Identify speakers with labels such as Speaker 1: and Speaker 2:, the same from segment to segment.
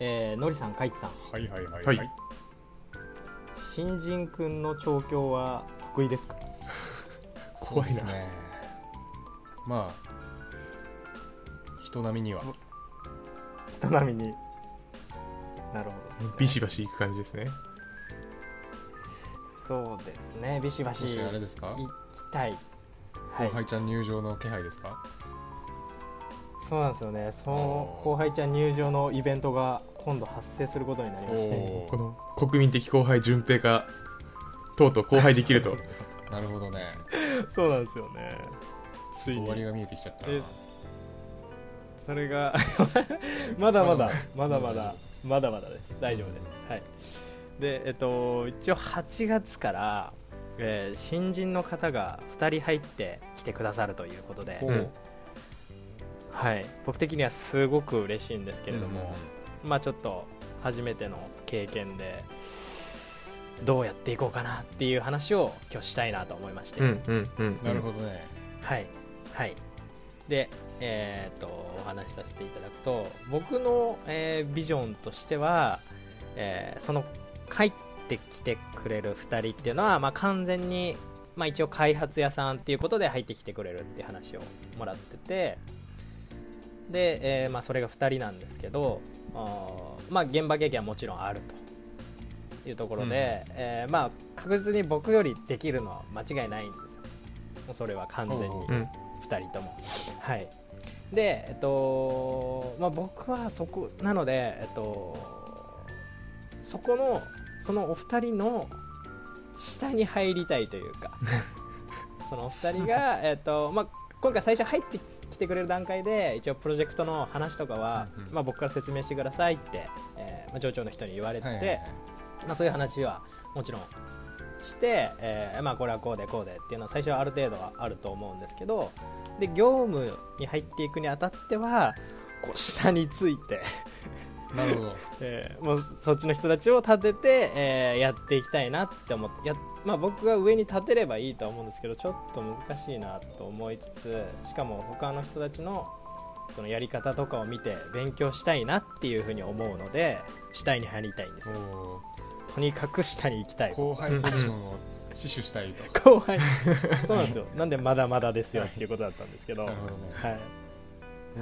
Speaker 1: えー、のりさん、かいちさん、
Speaker 2: はいはいはいはい、
Speaker 3: はい
Speaker 1: 新人くんの調教は得意ですか
Speaker 3: 怖い
Speaker 2: そう
Speaker 3: な、
Speaker 2: ですねまあ人並みには
Speaker 1: 人並みに。なるほどですね、
Speaker 3: ビシバシいく感じですね
Speaker 1: そうですね、ビシバシ
Speaker 2: もしあれ
Speaker 1: 行
Speaker 2: ですか
Speaker 1: きたい。はい
Speaker 2: 後、輩ちゃん入場の気配ですか
Speaker 1: そうなんですよね、その後輩ちゃん入場のイベントが今度発生することになりまし
Speaker 2: お
Speaker 1: て、
Speaker 2: ー
Speaker 3: この国民的後輩順平がとうとう後輩でき ると
Speaker 2: なるほどね
Speaker 1: そうなんですよね、つい
Speaker 2: 終わり
Speaker 1: に、
Speaker 2: が見えてきちゃった
Speaker 1: えそれが まだまだ、まだまだ、まだまだです、大丈夫です。はい、で、えっと、一応8月から、えー新人の方が2人入ってきてくださるということで、
Speaker 2: ほう
Speaker 3: うん
Speaker 1: はい、僕的にはすごく嬉しいんですけれども。
Speaker 2: うんうんうん
Speaker 1: まあちょっと初めての経験でどうやっていこうかなっていう話を今日したいなと思いまして、
Speaker 3: うんうんうん
Speaker 2: なるほどね
Speaker 1: はいはいでえーっとお話しさせていただくと僕の、えービジョンとしては、えーその帰ってきてくれる2人っていうのは、まあ、完全に、まあ、一応開発屋さんっていうことで入ってきてくれるっていう話をもらっててで、えーまあ、それが2人なんですけどあーまあ、現場経験はもちろんあるというところで、
Speaker 2: うん
Speaker 1: えーまあ、確実に僕よりできるのは間違いないんですよもうそれは完全に
Speaker 2: おうおう
Speaker 3: うん
Speaker 1: 2人とも。はい、で、えっとまあ、僕はそこなので、えっと、そこのそのお二人の下に入りたいという かそのお二人が、えっとまあ、今回最初入ってきてくれる段階で一応プロジェクトの話とかは、
Speaker 2: うんうん
Speaker 1: まあ、僕から説明してくださいって、えーまあ、上長の人に言われて、
Speaker 2: はいはいはい
Speaker 1: まあ、そういう話はもちろんして、えーまあ、これはこうでこうでっていうのは最初はある程度はあると思うんですけどで業務に入っていくにあたってはこう下について、
Speaker 2: なるほど
Speaker 1: えーもうそっちの人たちを立てて、えーやっていきたいなって思ってや、まあ、僕が上に立てればいいとは思うんですけどちょっと難しいなと思いつつしかも他の人たちのそのやり方とかを見て勉強したいなっていうふうに思うので下に入りたいんですよ
Speaker 2: お
Speaker 1: とにかく下に行きたい
Speaker 2: ー後輩ポジションを死守したいと
Speaker 1: 後 輩そうなんですよなんでまだまだですよっていうことだったんですけど、は
Speaker 2: ないるほどね、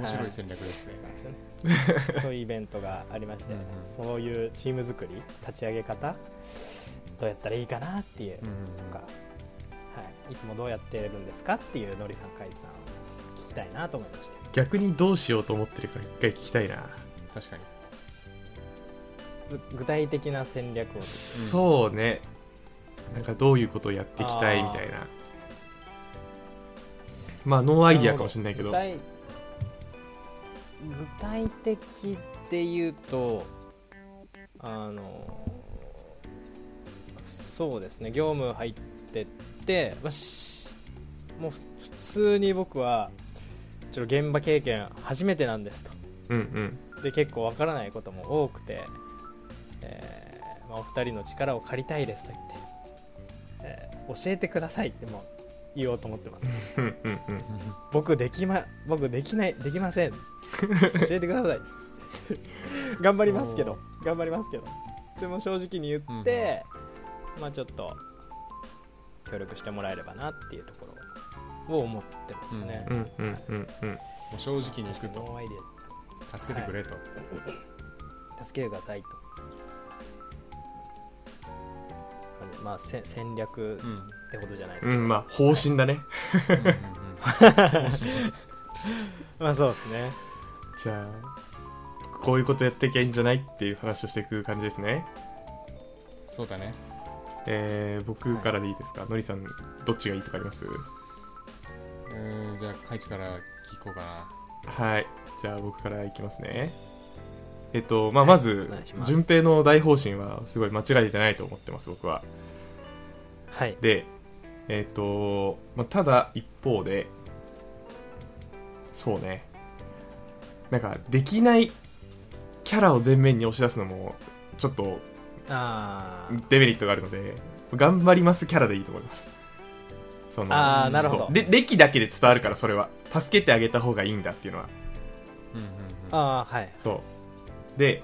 Speaker 2: 面白い戦略ですね、
Speaker 1: そういうイベントがありまして
Speaker 2: うんうん
Speaker 1: そういうチーム作り立ち上げ方どうやったらいいかなっていう
Speaker 2: うんうん
Speaker 1: とか、はい、いつもどうやってるんですかっていうのりさんかいじさんを聞きたいなと思いまして
Speaker 3: 逆にどうしようと思ってるか一回聞きたいな
Speaker 2: 確かに
Speaker 1: ぐ具体的な戦略を
Speaker 3: そうねなんかどういうことをやっていきたいみたいなまあノーアイディアかもしれないけど
Speaker 1: 具体具体的で言うとあのそうですね業務入ってって、まあしもうふ普通に僕はちょっと現場経験初めてなんですと
Speaker 3: うんうん
Speaker 1: で結構わからないことも多くて、えーまあ、お二人の力を借りたいですと言って、えー教えてくださいってもう言おうと思ってます
Speaker 3: うんうんうん
Speaker 1: 僕できま僕できないできません教えてください 頑張りますけど頑張りますけどでも正直に言って、まあちょっと協力してもらえればなっていうところを思ってますね、
Speaker 3: うんうんうんうん
Speaker 2: もう正直に行くと
Speaker 1: ノーアイデ
Speaker 2: 助けてくれと、
Speaker 1: ア助けてくださいとまあせ戦略
Speaker 2: うん
Speaker 1: ってことじゃないです
Speaker 3: う
Speaker 1: か、
Speaker 3: んまあ方針だね
Speaker 2: うんうん
Speaker 1: まあそうですね
Speaker 3: じゃあこういうことやっていきゃいいんじゃないっていう話をしていく感じですね
Speaker 2: うんそうだね
Speaker 3: えー、僕からでいいですか、のりさんどっちがいいとかあります
Speaker 2: うーんじゃあカイチから聞こうかな
Speaker 3: はいじゃあ僕からいきますねえっとまあま
Speaker 1: はい
Speaker 3: ず
Speaker 1: お願いします
Speaker 3: 順平の大方針はすごい間違えてないと思ってます僕は
Speaker 1: はい
Speaker 3: でえっと、まあ、ただ一方でそうねなんかできないキャラを前面に押し出すのもちょっと
Speaker 1: あー
Speaker 3: デメリットがあるので頑張りますキャラでいいと思いますその
Speaker 1: あーなるほど
Speaker 3: そうれ歴だけで伝わるからそれは助けてあげた方がいいんだっていうのは
Speaker 2: うんうんうん
Speaker 1: あーはい
Speaker 3: そうで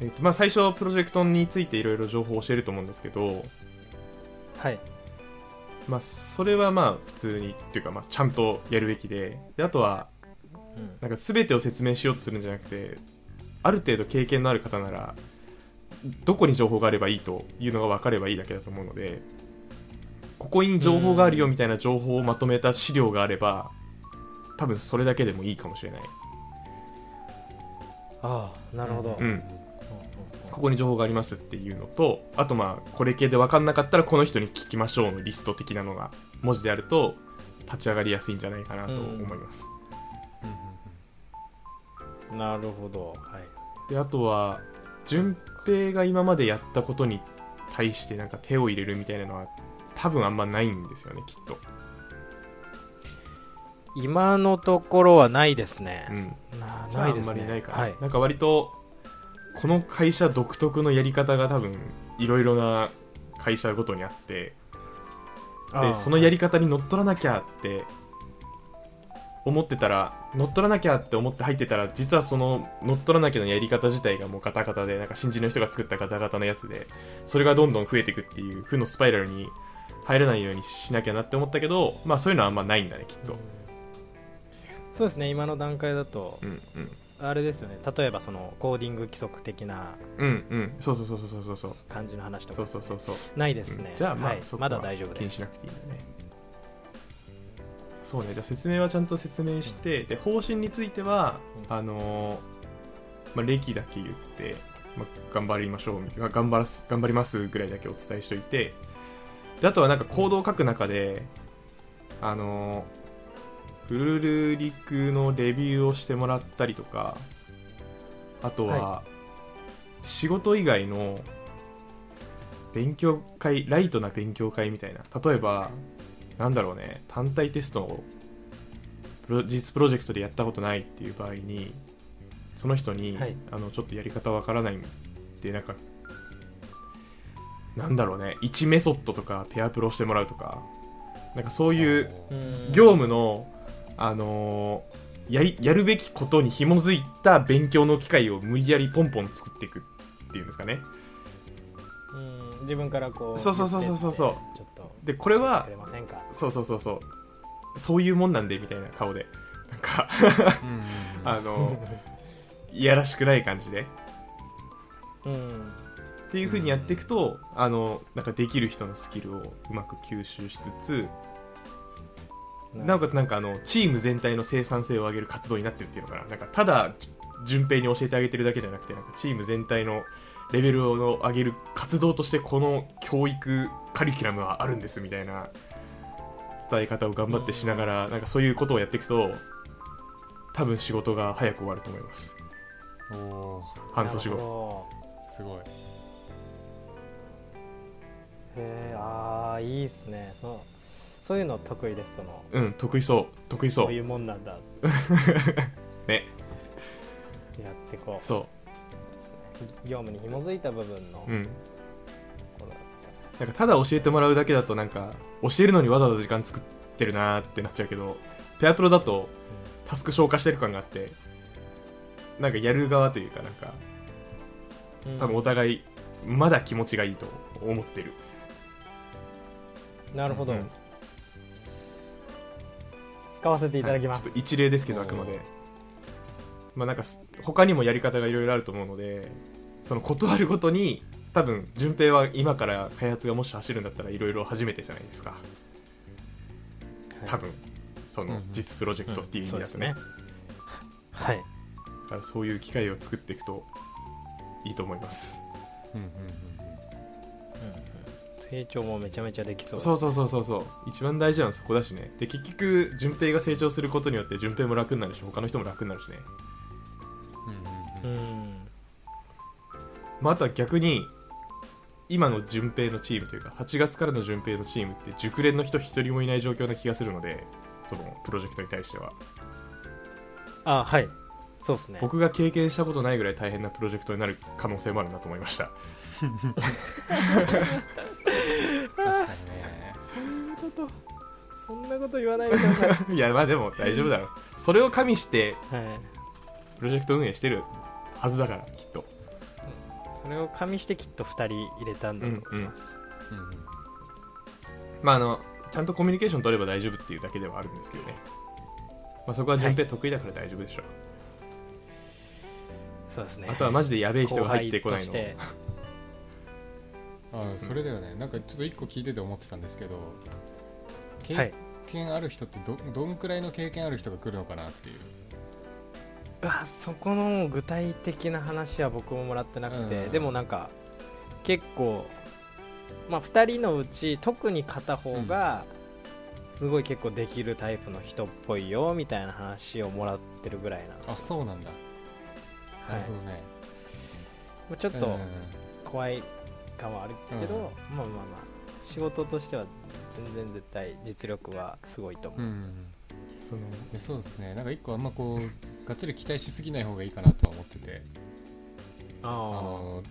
Speaker 3: えっとまあ、最初プロジェクトについていろいろ情報を教えると思うんですけど、
Speaker 1: はい
Speaker 3: まあ、それはまあ普通にっていうか、まあ、ちゃんとやるべきでであとは
Speaker 1: うん
Speaker 3: なんか全てを説明しようとするんじゃなくてある程度経験のある方ならどこに情報があればいいというのが分かればいいだけだと思うのでここに情報があるよみたいな情報をまとめた資料があれば多分それだけでもいいかもしれない、
Speaker 1: ああなるほど、
Speaker 3: うん、ここに情報がありますっていうのとあとまあこれ系で分かんなかったらこの人に聞きましょうのリスト的なのが文字であると立ち上がりやすいんじゃないかなと思います、
Speaker 1: なるほどはい
Speaker 3: であとは順平が今までやったことに対してなんか手を入れるみたいなのは多分あんまないんですよねきっと、
Speaker 1: 今のところはないですね、
Speaker 3: う
Speaker 1: な
Speaker 3: じゃあ
Speaker 1: ないですね
Speaker 3: あんまりないから、
Speaker 1: はい、
Speaker 3: なんか割とこの会社独特のやり方が多分いろいろな会社ごとにあって
Speaker 1: あ
Speaker 3: で
Speaker 1: あ
Speaker 3: そのやり方に乗っ取らなきゃって思ってたら乗っ取らなきゃって思って入ってたら実はその乗っ取らなきゃのやり方自体がもうガタガタでなんか新人の人が作ったガタガタのやつでそれがどんどん増えていくっていう負のスパイラルに入らないようにしなきゃなって思ったけどまあそういうのはあんまないんだねきっと、
Speaker 1: そうですね今の段階だと
Speaker 3: うん、うん
Speaker 1: あれですよね例えばそのコーディング規則的な
Speaker 3: うんうんそうそうそうそうそうそうそう
Speaker 1: 感じの話と
Speaker 3: そ
Speaker 1: か
Speaker 3: うそうそうそう
Speaker 1: ないですね、
Speaker 3: うんじゃあまあ、
Speaker 1: はい
Speaker 3: そこ
Speaker 1: ま
Speaker 3: は
Speaker 1: だ大丈夫です
Speaker 3: 気にしなくていいんだねそうねじゃあ説明はちゃんと説明して、で方針については、
Speaker 1: うん
Speaker 3: あのーまあ、歴だけ言って、まあ、頑張りましょうが頑張らす頑張りますぐらいだけお伝えしておいてであとはなんか行動を書く中で、あのーブルルリクのレビューをしてもらったりとかあとは、仕事以外の勉強会ライトな勉強会みたいな例えばなんだろうね単体テストをプロ事実プロジェクトでやったことないっていう場合にその人に、
Speaker 1: はい
Speaker 3: あのちょっとやり方わからないんでなんかなんだろうね1メソッドとかペアプロしてもらうとかなんかそういう
Speaker 1: うん
Speaker 3: 業務の、あのーやりやるべきことに紐づいた勉強の機会を無理やりポンポン作っていくっていうんですかね
Speaker 1: うん自分からこう
Speaker 3: そうそうそうそうそうそう
Speaker 1: 言ってってちょっと
Speaker 3: でこれは
Speaker 1: くれませんか
Speaker 3: そうそうそうそうそういうもんなんでみたいな顔でなんかあのーいやらしくない感じで
Speaker 1: うん
Speaker 3: っていう風にやっていくと、あのなんかできる人のスキルをうまく吸収しつつなおかつなんかあのチーム全体の生産性を上げる活動になってるっていうのかななんかただ順平に教えてあげてるだけじゃなくてなんかチーム全体のレベルを上げる活動としてこの教育カリキュラムはあるんですみたいな伝え方を頑張ってしながらなんかそういうことをやっていくと多分仕事が早く終わると思います
Speaker 2: おお
Speaker 3: 半年
Speaker 1: なる
Speaker 3: 後
Speaker 1: ほど
Speaker 2: ーすごい
Speaker 1: へえああいいっすねそうそういうの得意ですその
Speaker 3: うん得意そう得意そ
Speaker 1: そう
Speaker 3: う
Speaker 1: いうもんなんだ
Speaker 3: ね
Speaker 1: やってこう
Speaker 3: そ
Speaker 1: 業務に紐づいた部分の、
Speaker 3: ううん
Speaker 1: この
Speaker 3: なんかただ教えてもらうだけだとなんか教えるのにわざわざ時間作ってるなーってなっちゃうけどペアプロだとタスク消化してる感があってなんかやる側というかなんか
Speaker 1: うん
Speaker 3: 多分お互いまだ気持ちがいいと思ってる、
Speaker 1: なるほど、
Speaker 3: うん
Speaker 1: 使わせていただきま
Speaker 3: は
Speaker 1: す、
Speaker 3: いちょっと一例ですけど
Speaker 2: お
Speaker 3: あ
Speaker 2: ー
Speaker 3: くまでまあなんかす他にもやり方がいろいろあると思うのでその断るごとに多分順平は今から開発がもし走るんだったらいろいろ初めてじゃないですか
Speaker 1: はい
Speaker 3: 多分その
Speaker 2: うん
Speaker 3: 実プロジェクトっていう意
Speaker 1: そう
Speaker 3: 味
Speaker 1: です
Speaker 3: だとね
Speaker 1: ねはい
Speaker 3: だからそういう機会を作っていくといいと思います
Speaker 2: うんうん
Speaker 1: 成長もめちゃめちゃできそうです
Speaker 3: そうそうそうそうそう一番大事なのはそこだしねで結局順平が成長することによって順平も楽になるし他の人も楽になるしね、
Speaker 2: うんうんうん
Speaker 1: ん
Speaker 3: まあ、あとは逆に今の順平のチームというか8月からの順平のチームって熟練の人一人もいない状況な気がするのでそのプロジェクトに対しては
Speaker 1: あはいそうですね
Speaker 3: 僕が経験したことないぐらい大変なプロジェクトになる可能性もあるなと思いました
Speaker 2: 確かにね
Speaker 1: そんなこと言わないでくだ さい、
Speaker 3: いやまあでも大丈夫だろうそれを加味して
Speaker 1: はい
Speaker 3: プロジェクト運営してるはずだからきっと
Speaker 1: それを加味してきっと2人入れたんだと思います、
Speaker 3: まああのちゃんとコミュニケーション取れば大丈夫っていうだけではあるんですけどね、まあ、そこは順平得意だから大丈夫でしょう、
Speaker 1: そうですね
Speaker 3: あとはマジでやべえ人が入ってこないの
Speaker 1: 後輩として
Speaker 2: あそれだよねなんかちょっと1個聞いてて思ってたんですけど
Speaker 1: はい
Speaker 2: 経験ある人ってどどんくらいの経験ある人が来るのかなっていう
Speaker 1: うわそこの具体的な話は僕ももらってなくて、
Speaker 2: うん
Speaker 1: でもなんか結構まあ2人のうち特に片方がすごい結構できるタイプの人っぽいよみたいな話をもらってるぐらいなんで
Speaker 2: あ
Speaker 1: す
Speaker 2: そうなんだな
Speaker 1: は
Speaker 2: る
Speaker 1: い
Speaker 2: ほどね、
Speaker 1: まあちょっ
Speaker 2: うん
Speaker 1: と
Speaker 2: うんうん
Speaker 1: 怖い感はあるんですけど、
Speaker 2: うん
Speaker 1: まあまあまあ仕事としては全然絶対実力はすごいと思う、
Speaker 2: うんうん
Speaker 3: その
Speaker 2: でそうですねなんか一個あんまこうがっつり期待しすぎない方がいいかなとは思っててあ
Speaker 1: あ
Speaker 2: の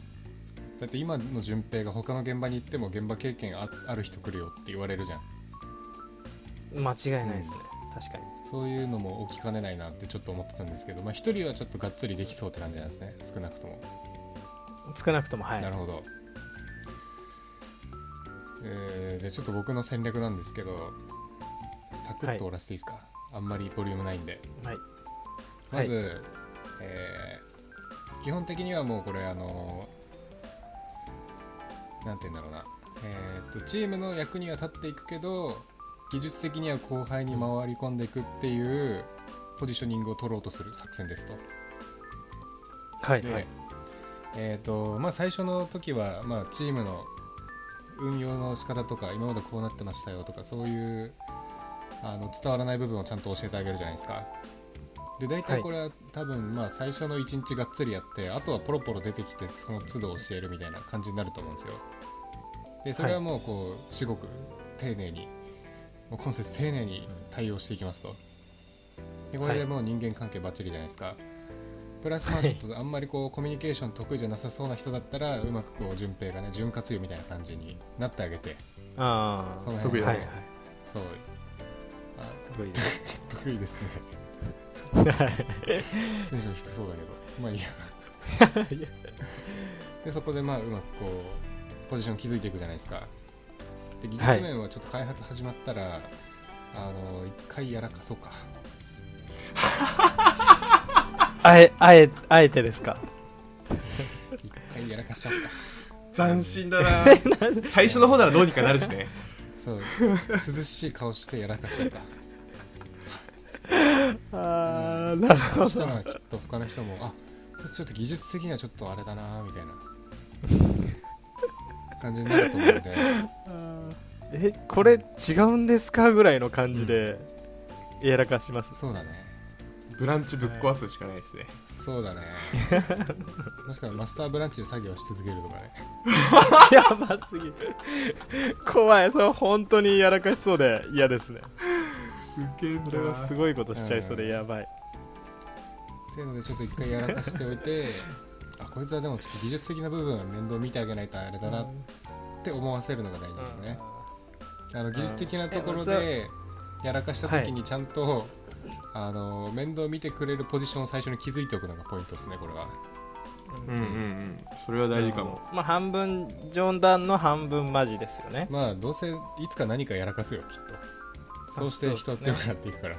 Speaker 2: だって今の順平が他の現場に行っても現場経験あある人来るよって言われるじゃん
Speaker 1: あ間違いないですね、確かに
Speaker 2: そういうのも起きかねないなってちょっと思ってたんですけどまあ一人はちょっとがっつりできそうって感じなんですね少なくとも、
Speaker 1: 少なくともはい
Speaker 2: なるほどえー、じゃあちょっと僕の戦略なんですけどサクッと終わらせていいですか、あんまりボリュームないんで
Speaker 1: はい
Speaker 2: まず、えー基本的にはもうこれあのなんて言うんだろうな、えーっとチームの役には立っていくけど技術的には後輩に回り込んでいくっていうポジショニングを取ろうとする作戦ですと。
Speaker 1: はい
Speaker 2: で、
Speaker 1: はい
Speaker 2: えーとまあ、最初の時は、まあ、チームの運用の仕方とか今までこうなってましたよとかそういうあの伝わらない部分をちゃんと教えてあげるじゃないですかで大
Speaker 1: は
Speaker 2: 体
Speaker 1: い
Speaker 2: これは多分、まあ、最初の1日がっつりやってあとはポロポロ出てきてその都度教えるみたいな感じになると思うんですよでそれはもうこう至極丁寧にもう今節丁寧に対応していきますとでこれでもう人間関係バッチリじゃないですか、プラスまあちょっとあんまりこうコミュニケーション得意じゃなさそうな人だったらうまくこう順平がね潤滑油みたいな感じになってあげて
Speaker 1: あ
Speaker 2: その
Speaker 3: 得
Speaker 2: 辺
Speaker 1: あ
Speaker 3: 意だ
Speaker 1: はい
Speaker 3: ね
Speaker 1: はい
Speaker 2: そうあ
Speaker 1: 得意です
Speaker 2: 得意 ですねテンション低そうだけどまあ いいやでそこでまあうまくこうポジション築いていくじゃないですかで技術面はちょっと開発始まったら、あの一回やらかそうか
Speaker 1: あえあえあえてですか
Speaker 2: 一回やらかしちゃった
Speaker 3: 斬新だな最初の方ならどうにかなるしね
Speaker 2: そう涼しい顔してやらかしちゃった
Speaker 1: ああなる
Speaker 2: そしたらきっと他の人もあちょっと技術的にはちょっとあれだなみたいな 感じになると思うんで
Speaker 1: えこれ違うんですかぐらいの感じでやらかし ます、
Speaker 2: そうだね
Speaker 3: ブランチぶっ壊すしかないですね、
Speaker 2: そうだねもしかはマスターブランチで作業し続けるとかね
Speaker 1: やばすぎる怖いそれ本当にやらかしそうで嫌ですね
Speaker 3: ウケ
Speaker 1: それはすごいことしちゃいそうでやばい
Speaker 2: っていうのでちょっと一回やらかしておい てあこいつはでもちょっと技術的な部分は面倒見てあげないとあれだなって思わせるのが大事ですね、あの技術的なところでやらかした時にちゃんと、あの面倒見てくれるポジションを最初に気づいておくのがポイントですねこれは
Speaker 3: うんうんうんそれは大事かも
Speaker 1: まあ半分冗談の半分マジですよね
Speaker 2: まあどうせいつか何かやらかすよきっとそうして人は強くなっていくからう,、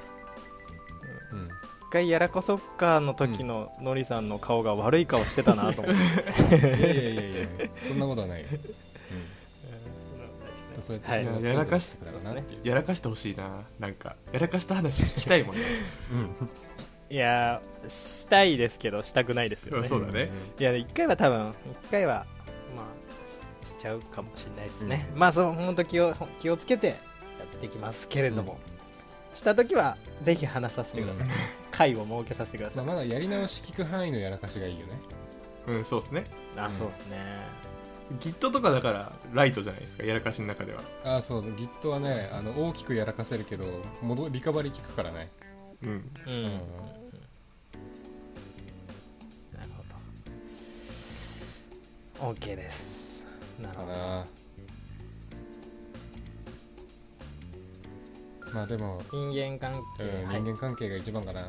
Speaker 1: 一回やらこそっかの時ののりさんの顔が悪い顔してたなと思って
Speaker 2: ん いやいやいやいやそんなことはないよ、うん、
Speaker 1: うん
Speaker 2: そうやって
Speaker 1: はい
Speaker 2: 人は
Speaker 3: やらかし
Speaker 2: 強くなっていくからなっていう、
Speaker 3: やらかしてほしいななんかやらかした話聞きたいもんね
Speaker 1: いやーしたいですけどしたくないですよね
Speaker 3: そうだね
Speaker 1: いや一回は多分一回はまあししちゃうかもしれないですね、まあそう本当気をほん気をつけてやっていきますけれども、した時はぜひ話させてください、
Speaker 2: うん
Speaker 1: 会を設けさせてくだ
Speaker 2: ま
Speaker 1: さ
Speaker 2: あ、
Speaker 1: い、
Speaker 2: まだやり直し聞く範囲のやらかしがいいよね
Speaker 3: うんそうですね
Speaker 1: あそうですね
Speaker 3: Git とかだからライトじゃないですかやらかしの中では
Speaker 2: ああそう Git はねあの大きくやらかせるけど戻リカバリー効くからね
Speaker 3: うん
Speaker 1: うん、
Speaker 2: うん
Speaker 1: なるほど OK ですなる
Speaker 2: か
Speaker 1: ほど
Speaker 2: なまあでも、
Speaker 1: 人間関
Speaker 2: う
Speaker 1: 係、
Speaker 2: ん
Speaker 1: はい
Speaker 2: 人間関係が一番かな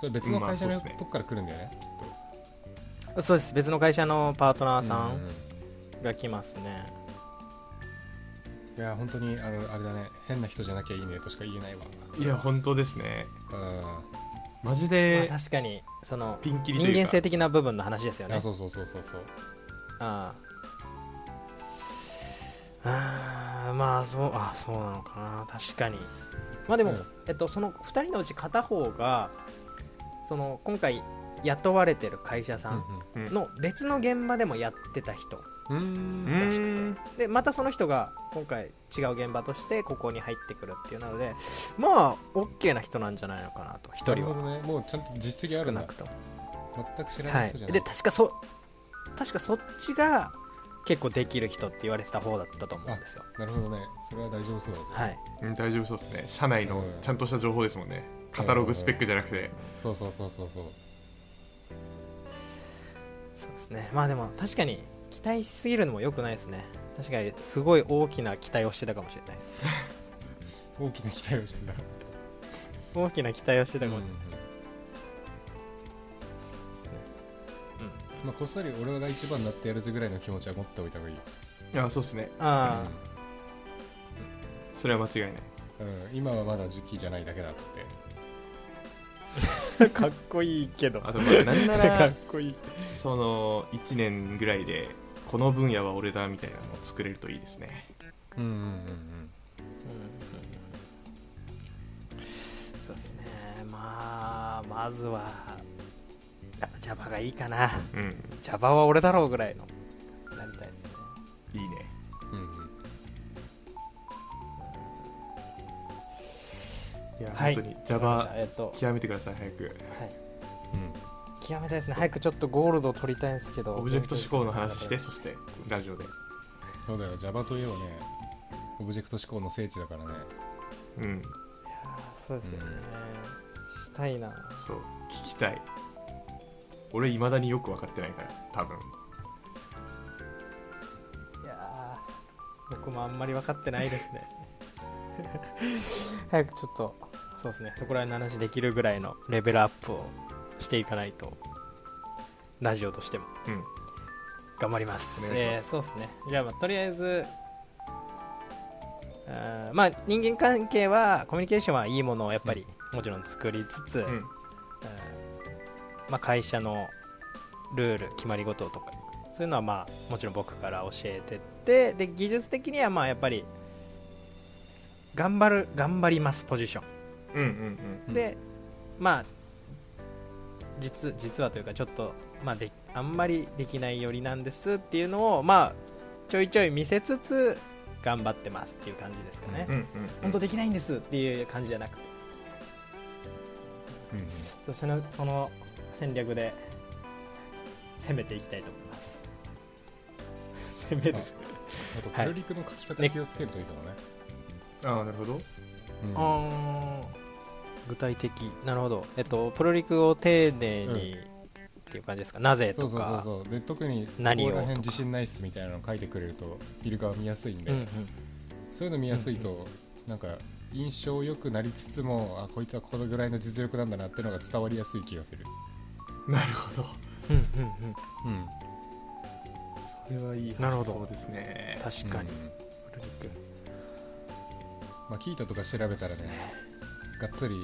Speaker 2: それ別の会社
Speaker 3: まあ
Speaker 2: の
Speaker 3: そうっすね
Speaker 2: とこから来るんだよね、
Speaker 1: そうです別の会社のパートナーさ
Speaker 2: うんうん
Speaker 1: が来ますね、
Speaker 2: んいや本当にあのあれだね変な人じゃなきゃいいねとしか言えないわ
Speaker 3: いや本当ですね
Speaker 2: う
Speaker 3: マジ
Speaker 1: まあ
Speaker 3: で
Speaker 1: 確かにその
Speaker 3: ピンキリと
Speaker 1: 人
Speaker 3: いうか
Speaker 1: 間性的な部分の話ですよ
Speaker 2: んあ
Speaker 1: ね
Speaker 2: そうそうそうそうそう
Speaker 1: あああーまあそうあそうなのかな確かにまあでも、
Speaker 2: うん
Speaker 1: えっと、その2人のうち片方がその今回雇われてる会社さんの別の現場でもやってた人、
Speaker 2: うんうん
Speaker 3: う
Speaker 2: うーん
Speaker 3: ーん
Speaker 1: でまたその人が今回違う現場としてここに入ってくるっていうのでまあ OK な人なんじゃないのかなと1
Speaker 2: な
Speaker 1: 人
Speaker 2: るほ
Speaker 1: は
Speaker 2: どねもうちゃんと実績あ
Speaker 1: 少
Speaker 2: るん
Speaker 1: な
Speaker 2: だ
Speaker 1: くとも
Speaker 2: 全く知らな
Speaker 1: はいい
Speaker 2: 人じゃ、ない、
Speaker 1: で確かそ確かそっちが結構できる人って言われてた方だったと思うんですよ、
Speaker 2: なるほどねそれは大丈夫そうだぞ、
Speaker 1: はい、
Speaker 3: うん大丈夫そうですね社内の
Speaker 2: うん
Speaker 3: ちゃんとした情報ですもんねカタログスペックじゃなくて
Speaker 2: そうそうそうそうそう
Speaker 1: そうですねまあでも確かに期待しすぎるのも良くないですね確かにすごい大きな期待をしてたかもしれないです
Speaker 2: 大きな期待をしてた
Speaker 1: 大きな期待をしてたかも
Speaker 2: う
Speaker 1: しれな
Speaker 2: んうん
Speaker 1: いですね、うん
Speaker 2: まあ、こっそり俺が一番になってやるぜぐらいの気持ちは持っておいた方がいい、
Speaker 3: いやそうですね
Speaker 1: あ
Speaker 3: それは間違いない
Speaker 2: うんうん、今はまだ時期じゃないだけだっつって
Speaker 1: あ かっこいいけど
Speaker 3: あとまあなんな
Speaker 1: からっこいい
Speaker 3: その1年ぐらいでこの分野は俺だみたいなのを作れるといいですね
Speaker 2: うんうんうん
Speaker 1: そうですねまあまずはやっぱ Java がいいかな
Speaker 3: うん
Speaker 1: Java は俺だろうぐらいのなりたいですね
Speaker 3: いいね
Speaker 2: うんうんうん
Speaker 3: いや、
Speaker 1: はい
Speaker 3: 本当に
Speaker 1: わかり
Speaker 3: Java
Speaker 1: ましたえっと、
Speaker 3: 極めてください早く
Speaker 1: はい、
Speaker 2: うん
Speaker 1: 極めたいですね早くちょっとゴールドを取りたいんですけど
Speaker 3: オブジェクト思考の話して
Speaker 1: そ
Speaker 3: そしてラジオで
Speaker 2: そうだよ Java といえばねオブジェクト思考の聖地だからね
Speaker 3: うん
Speaker 1: うですよね、したいな
Speaker 3: そう聞きたい俺いまだによく分かってないから多分
Speaker 1: いやー僕もあんまり分かってないですね 早くちょっとそうですねそこら辺の話できるぐらいのレベルアップをしていかないとラジオとしても
Speaker 3: うん
Speaker 1: 頑張ります
Speaker 3: お願いします
Speaker 1: えーそうですねじゃあ、まあ、とりあえずあーまあ人間関係はコミュニケーションはいいものをやっぱり、もちろん作りつつ、
Speaker 3: うん
Speaker 1: うんまあ、会社のルール決まり事とかそういうのはまあもちろん僕から教えてってで技術的にはまあやっぱり頑張る頑張りますポジショ
Speaker 3: うんうん
Speaker 1: ンで、まあ実実はというかちょっと、まあ、であんまりできないよりなんですっていうのをまあちょいちょい見せつつ頑張ってますっていう感じですかね、
Speaker 3: うんうんう
Speaker 1: 本
Speaker 3: ん
Speaker 1: 当できないんですっていう感じじゃなくて
Speaker 2: うんうん
Speaker 1: そうそのその戦略で攻めていきたいと思います攻める
Speaker 2: あとクルリクの書き方気をつけるといいかもね、
Speaker 3: ああなるほど
Speaker 2: うん
Speaker 1: あー具体的なるほどえっとプロリクを丁寧に、っていう感じですかなぜ
Speaker 2: そ
Speaker 1: と
Speaker 2: うそうそう
Speaker 1: か
Speaker 2: そうで特にここら
Speaker 1: 何をとか
Speaker 2: 辺自信ないっすみたいなの書いてくれるとイルカは見やすいんで、
Speaker 1: うんうん
Speaker 2: そういうの見やすいと、なんか印象良くなりつつもあこいつはこのぐらいの実力なんだなってのが伝わりやすい気がする、
Speaker 3: なるほど
Speaker 1: うんうんうん
Speaker 2: うん、
Speaker 3: これはいい
Speaker 1: なるほ
Speaker 3: 発
Speaker 1: ど
Speaker 3: 想ですね
Speaker 1: 確かに、
Speaker 2: うん
Speaker 3: プルリク
Speaker 2: まあ、聞いたとか調べたらねがっつり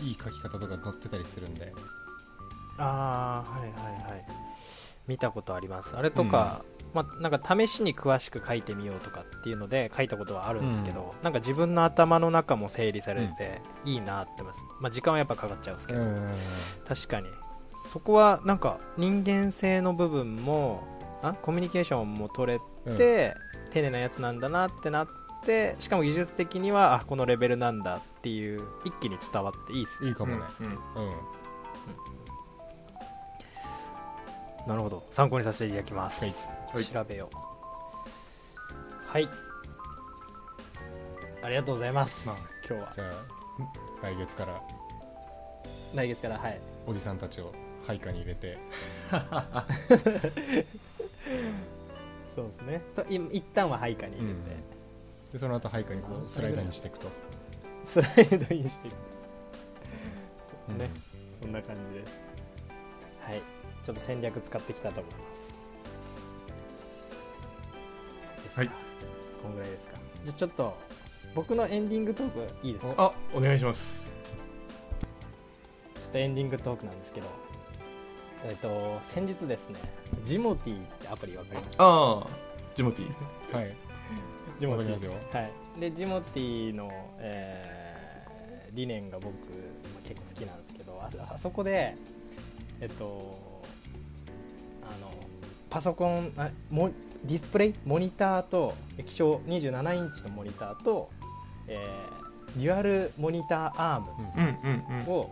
Speaker 2: いい書き方とか載ってたりするんで
Speaker 1: ああはいはいはい見たことありますあれとか、まあ、なんか試しに詳しく書いてみようとかっていうので書いたことはあるんですけど、なんか自分の頭の中も整理されていいなってます、まあ、時間はやっぱかかっちゃうんですけ
Speaker 2: う
Speaker 1: ど、
Speaker 2: ん
Speaker 1: 確かにそこはなんか人間性の部分もあコミュニケーションも取れて、丁寧なやつなんだなってなってしかも技術的にはあこのレベルなんだっていう一気に伝わっていいですね
Speaker 2: いいかもね
Speaker 3: うんうん
Speaker 2: うん、
Speaker 1: なるほど参考にさせていただきます、
Speaker 3: はい
Speaker 1: 調べようはいありがとうございます、
Speaker 3: まあ
Speaker 1: 今日は
Speaker 2: じゃあ来月から
Speaker 1: 来月からはい
Speaker 2: おじさんたちを配下に入れて
Speaker 1: そうですねとい一旦は配下に入れて、
Speaker 2: でその後配下にこうスライダーにしていくと、
Speaker 1: スライドインしていくそうですね、
Speaker 2: うん
Speaker 1: そんな感じです。はい。ちょっと戦略使ってきたと思いますですか
Speaker 3: はい
Speaker 1: こんぐらいですかじゃあちょっと僕のエンディングトークいいですか
Speaker 3: あお願いします
Speaker 1: ちょっとエンディングトークなんですけどえっ、と先日ですねジモティってアプリわかります
Speaker 3: ああジモティ
Speaker 2: はい
Speaker 1: ジ
Speaker 2: わかりますよ
Speaker 1: はい、でジモティの、えー理念が僕結構好きなんですけどああそこでえっとあのパソコンあもディスプレイモニターと液晶27インチのモニターと、えーデュアルモニターアーム
Speaker 3: うんうん
Speaker 1: を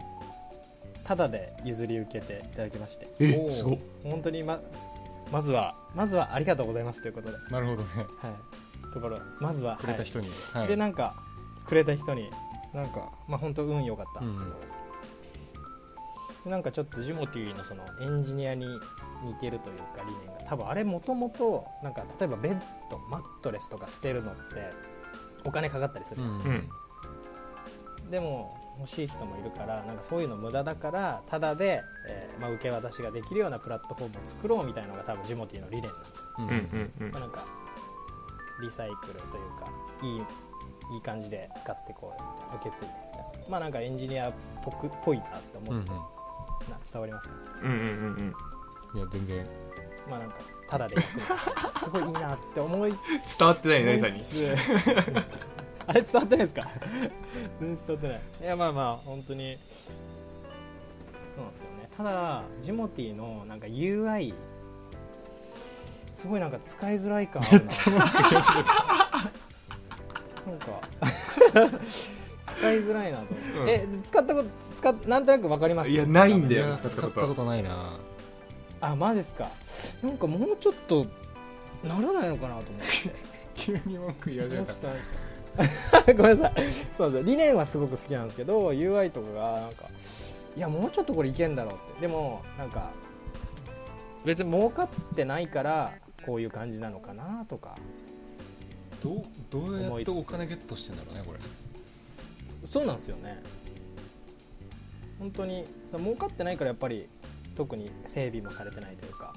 Speaker 1: タダで譲り受けていただきまして
Speaker 3: うん
Speaker 2: お
Speaker 3: え
Speaker 2: ー
Speaker 3: すごっ
Speaker 1: 本当にままずはまずはありがとうございますということで、は
Speaker 2: なるほどね
Speaker 1: い、ところまずは
Speaker 2: くれ
Speaker 1: は
Speaker 2: た
Speaker 1: い
Speaker 2: 人に、はい
Speaker 1: でなんかくれた人になんかまあ本当運良かったんですけど、
Speaker 2: うん
Speaker 1: でなんかちょっとジモティーのそのエンジニアに似てるというか理念が多分あれもともとなんか例えばベッドマットレスとか捨てるのってお金かかったりする
Speaker 2: う
Speaker 1: じゃない
Speaker 2: ん
Speaker 1: で
Speaker 2: う
Speaker 1: すか、
Speaker 2: ん
Speaker 1: でも欲しい人もいるからなんかそういうの無駄だからただで、えーまあ、受け渡しができるようなプラットフォームを作ろうみたいなのが多分ジモティーの理念なんですよ
Speaker 2: うん
Speaker 3: うんうんうん
Speaker 1: なんかリサイクルというかいいいい感じで使ってこう受け継いでみたいなまあなんかエンジニアっぽくっぽいなって
Speaker 2: うん
Speaker 1: 思
Speaker 2: う
Speaker 1: っ
Speaker 2: ん
Speaker 1: て、な伝わりますかね
Speaker 3: うんうんうんうん
Speaker 2: いや全然
Speaker 1: まあなんかただで役に立つすごいいいなって思い
Speaker 3: 伝わってない
Speaker 1: 思
Speaker 3: ね
Speaker 1: い
Speaker 3: さん
Speaker 1: つ
Speaker 3: に
Speaker 1: つうんあれ伝わってないですか全然伝わってないいやまあまあ本当にそうなんですよねただジモティのなんか UI すごいなんか使いづらい感あるななんか使いづらいなと思って、え使ったこと使っなんとなくわかります
Speaker 3: いやないんだ
Speaker 2: い
Speaker 3: よ
Speaker 2: や
Speaker 3: 使
Speaker 2: 使
Speaker 3: っ
Speaker 2: ったた
Speaker 3: こと
Speaker 2: ことないな
Speaker 1: あマジですかなんかもうちょっとならないのかなと思って
Speaker 2: 急に文 句言われた
Speaker 1: ごめんなさいそうなんですよ理念はすごく好きなんですけど UI とかがなんかいやもうちょっとこれいけんだろうってでもなんか別に儲かってないからこういう感じなのかなとか
Speaker 2: どうどうや
Speaker 1: 思
Speaker 2: っ
Speaker 1: い
Speaker 2: て
Speaker 1: つつ
Speaker 2: お金ゲットしてんだろうねこれ
Speaker 1: そうなんですよね本当にさ儲かってないからやっぱり特に整備もされてないというか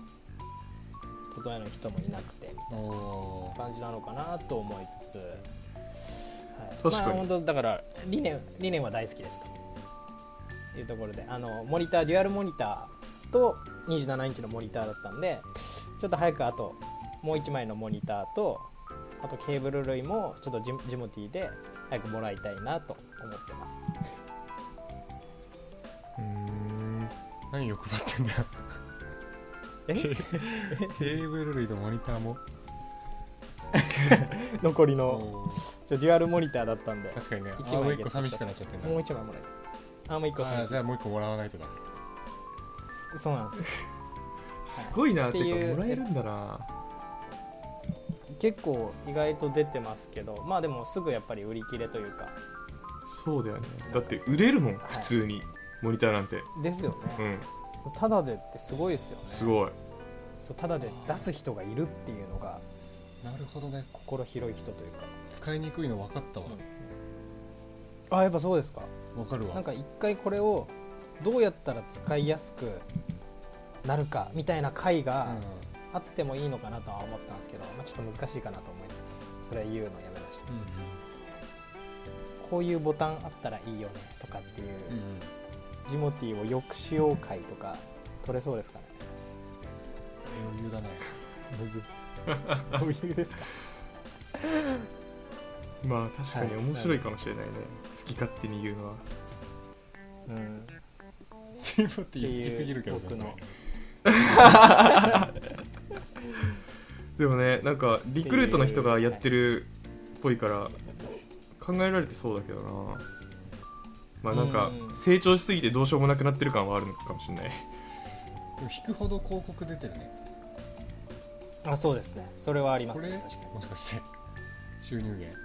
Speaker 1: 整えの人もいなくて
Speaker 2: お
Speaker 1: 感じなのかなと思いつつ、はい、
Speaker 3: 確か
Speaker 1: ま
Speaker 3: に
Speaker 1: あ、本当だから理念理念は大好きですというところであのモニターデュアルモニターと27インチのモニターだったんでちょっと早くあともう1枚のモニターとあとケーブル類もちょっとジムジムティーで早くもらいたいなと思ってます
Speaker 3: うん
Speaker 2: 何欲張って んだよ
Speaker 1: え
Speaker 2: ケーブル類とモニターも
Speaker 1: 残りの
Speaker 2: おー
Speaker 1: ちょデュアルモニターだったんで
Speaker 2: 確かにね
Speaker 1: 一枚
Speaker 2: あもう一
Speaker 1: ゲット
Speaker 2: 個寂しくなっちゃってんだ
Speaker 1: もう1枚もらえるあもう1個
Speaker 2: あ
Speaker 1: 寂
Speaker 2: ー
Speaker 1: しい
Speaker 2: じゃ
Speaker 1: で
Speaker 2: あもう一個もらわないとだ
Speaker 1: すそうなんですよ
Speaker 3: すごいなっていう
Speaker 1: って
Speaker 3: か
Speaker 1: いう
Speaker 3: もらえるんだな
Speaker 1: 結構意外と出てますけどまあでもすぐやっぱり売り切れというか
Speaker 3: そうだよねだって売れるもん普通にモニターなんて
Speaker 1: ですよ
Speaker 3: う
Speaker 1: ね、
Speaker 3: ん
Speaker 1: ただでってすごいですよね
Speaker 3: すごい
Speaker 1: そうただで出す人がいるっていうのが
Speaker 2: なるほどね
Speaker 1: 心広い人というか
Speaker 2: 使いにくいの分かったわ
Speaker 1: あやっぱそうですか
Speaker 2: 分かる
Speaker 1: なん
Speaker 2: わ
Speaker 1: か一回これをどうやったら使いやすくなるかみたいな回
Speaker 2: う
Speaker 1: が
Speaker 2: ん
Speaker 1: あってもいいのかなとは思ったんですけど、まあ、ちょっと難しいかなと思いつつそれは言うのやめましたこういうボタンあったらいいよねとかっていう、
Speaker 2: うんうん
Speaker 1: ジモティーをよくしよう回とか取れそうですかね
Speaker 2: 余裕だね
Speaker 1: むず余裕ですか
Speaker 3: まあ確かに
Speaker 1: はい
Speaker 3: 面白いかもしれないね、好き勝手に言うのは
Speaker 1: うん
Speaker 2: チームティー好きすぎるけど
Speaker 1: 僕の
Speaker 3: でもねなんかリクルートの人がやってるっぽいから考えられてそうだけどなまあなんか
Speaker 1: うん
Speaker 3: 成長しすぎてどうしようもなくなってる感はあるのかもしれない
Speaker 2: でも引くほど広告出てるね
Speaker 1: あそうですねそれはありま
Speaker 2: こ
Speaker 1: す
Speaker 2: れ
Speaker 1: ね確か
Speaker 2: もしかして収入源
Speaker 1: に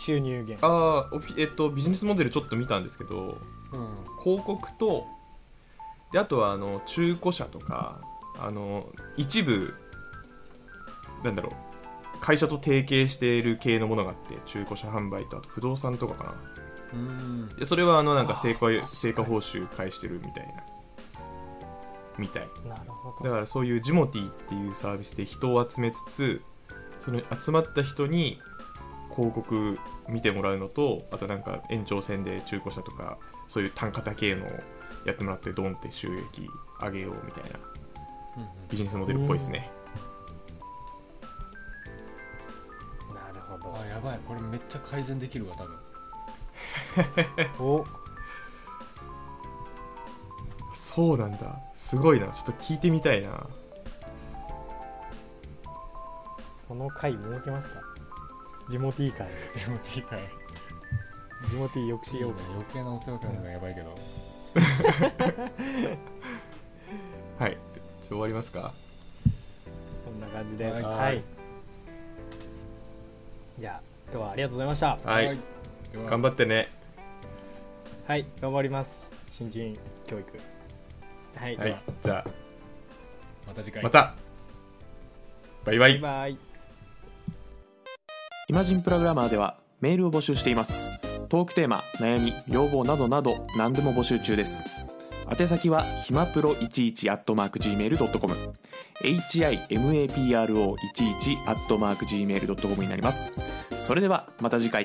Speaker 1: 収入源
Speaker 3: ああえっとビジネスモデルちょっと見たんですけど
Speaker 2: うん
Speaker 3: 広告とであとはあの中古車とかあの一部なんだろう会社と提携している系のものがあって中古車販売とあと不動産とかかな
Speaker 2: うん
Speaker 3: でそれはあのなんか成
Speaker 1: あー
Speaker 3: 果
Speaker 1: 確かに
Speaker 3: 成果報酬返してるみたいなみたい
Speaker 1: なるほ
Speaker 3: だ
Speaker 1: ど
Speaker 3: からそういうジモティっていうサービスで人を集めつつその集まった人に広告見てもらうのとあとなんか延長線で中古車とかそういう単価高いのをやってもらってドンって収益上げようみたいな
Speaker 2: うんうん
Speaker 3: ビジネスモデルっぽいですね
Speaker 1: なるほ
Speaker 2: あやばいこれめっちゃ改善できるわ多分
Speaker 1: どお
Speaker 3: そうなんだすごいなちょっと聞いてみたいな
Speaker 1: その回設けますかジモティー会
Speaker 2: ジモティー会
Speaker 1: ジモティー抑止
Speaker 2: いい
Speaker 1: 用
Speaker 2: ね余計なお世話感がやばいけど、
Speaker 3: はいじゃあ終わりますか
Speaker 1: そんな感じです。
Speaker 2: はい
Speaker 1: はい。じゃあ、今日はありがとうございました。
Speaker 3: はい、
Speaker 2: では
Speaker 3: 頑張ってね
Speaker 1: はい、頑張ります。新人教育。はい、
Speaker 3: はいじゃ
Speaker 2: また次
Speaker 3: あ
Speaker 2: 回
Speaker 3: またバイバ
Speaker 1: バイ
Speaker 3: イ
Speaker 1: バイ。
Speaker 4: イマジンプログラマーではメールを募集していますトークテーマ悩み要望などなど何でも募集中です宛先はひまプロ11 at mark gmail.com himapro11 at mark gmail.com になりますそれではまた次回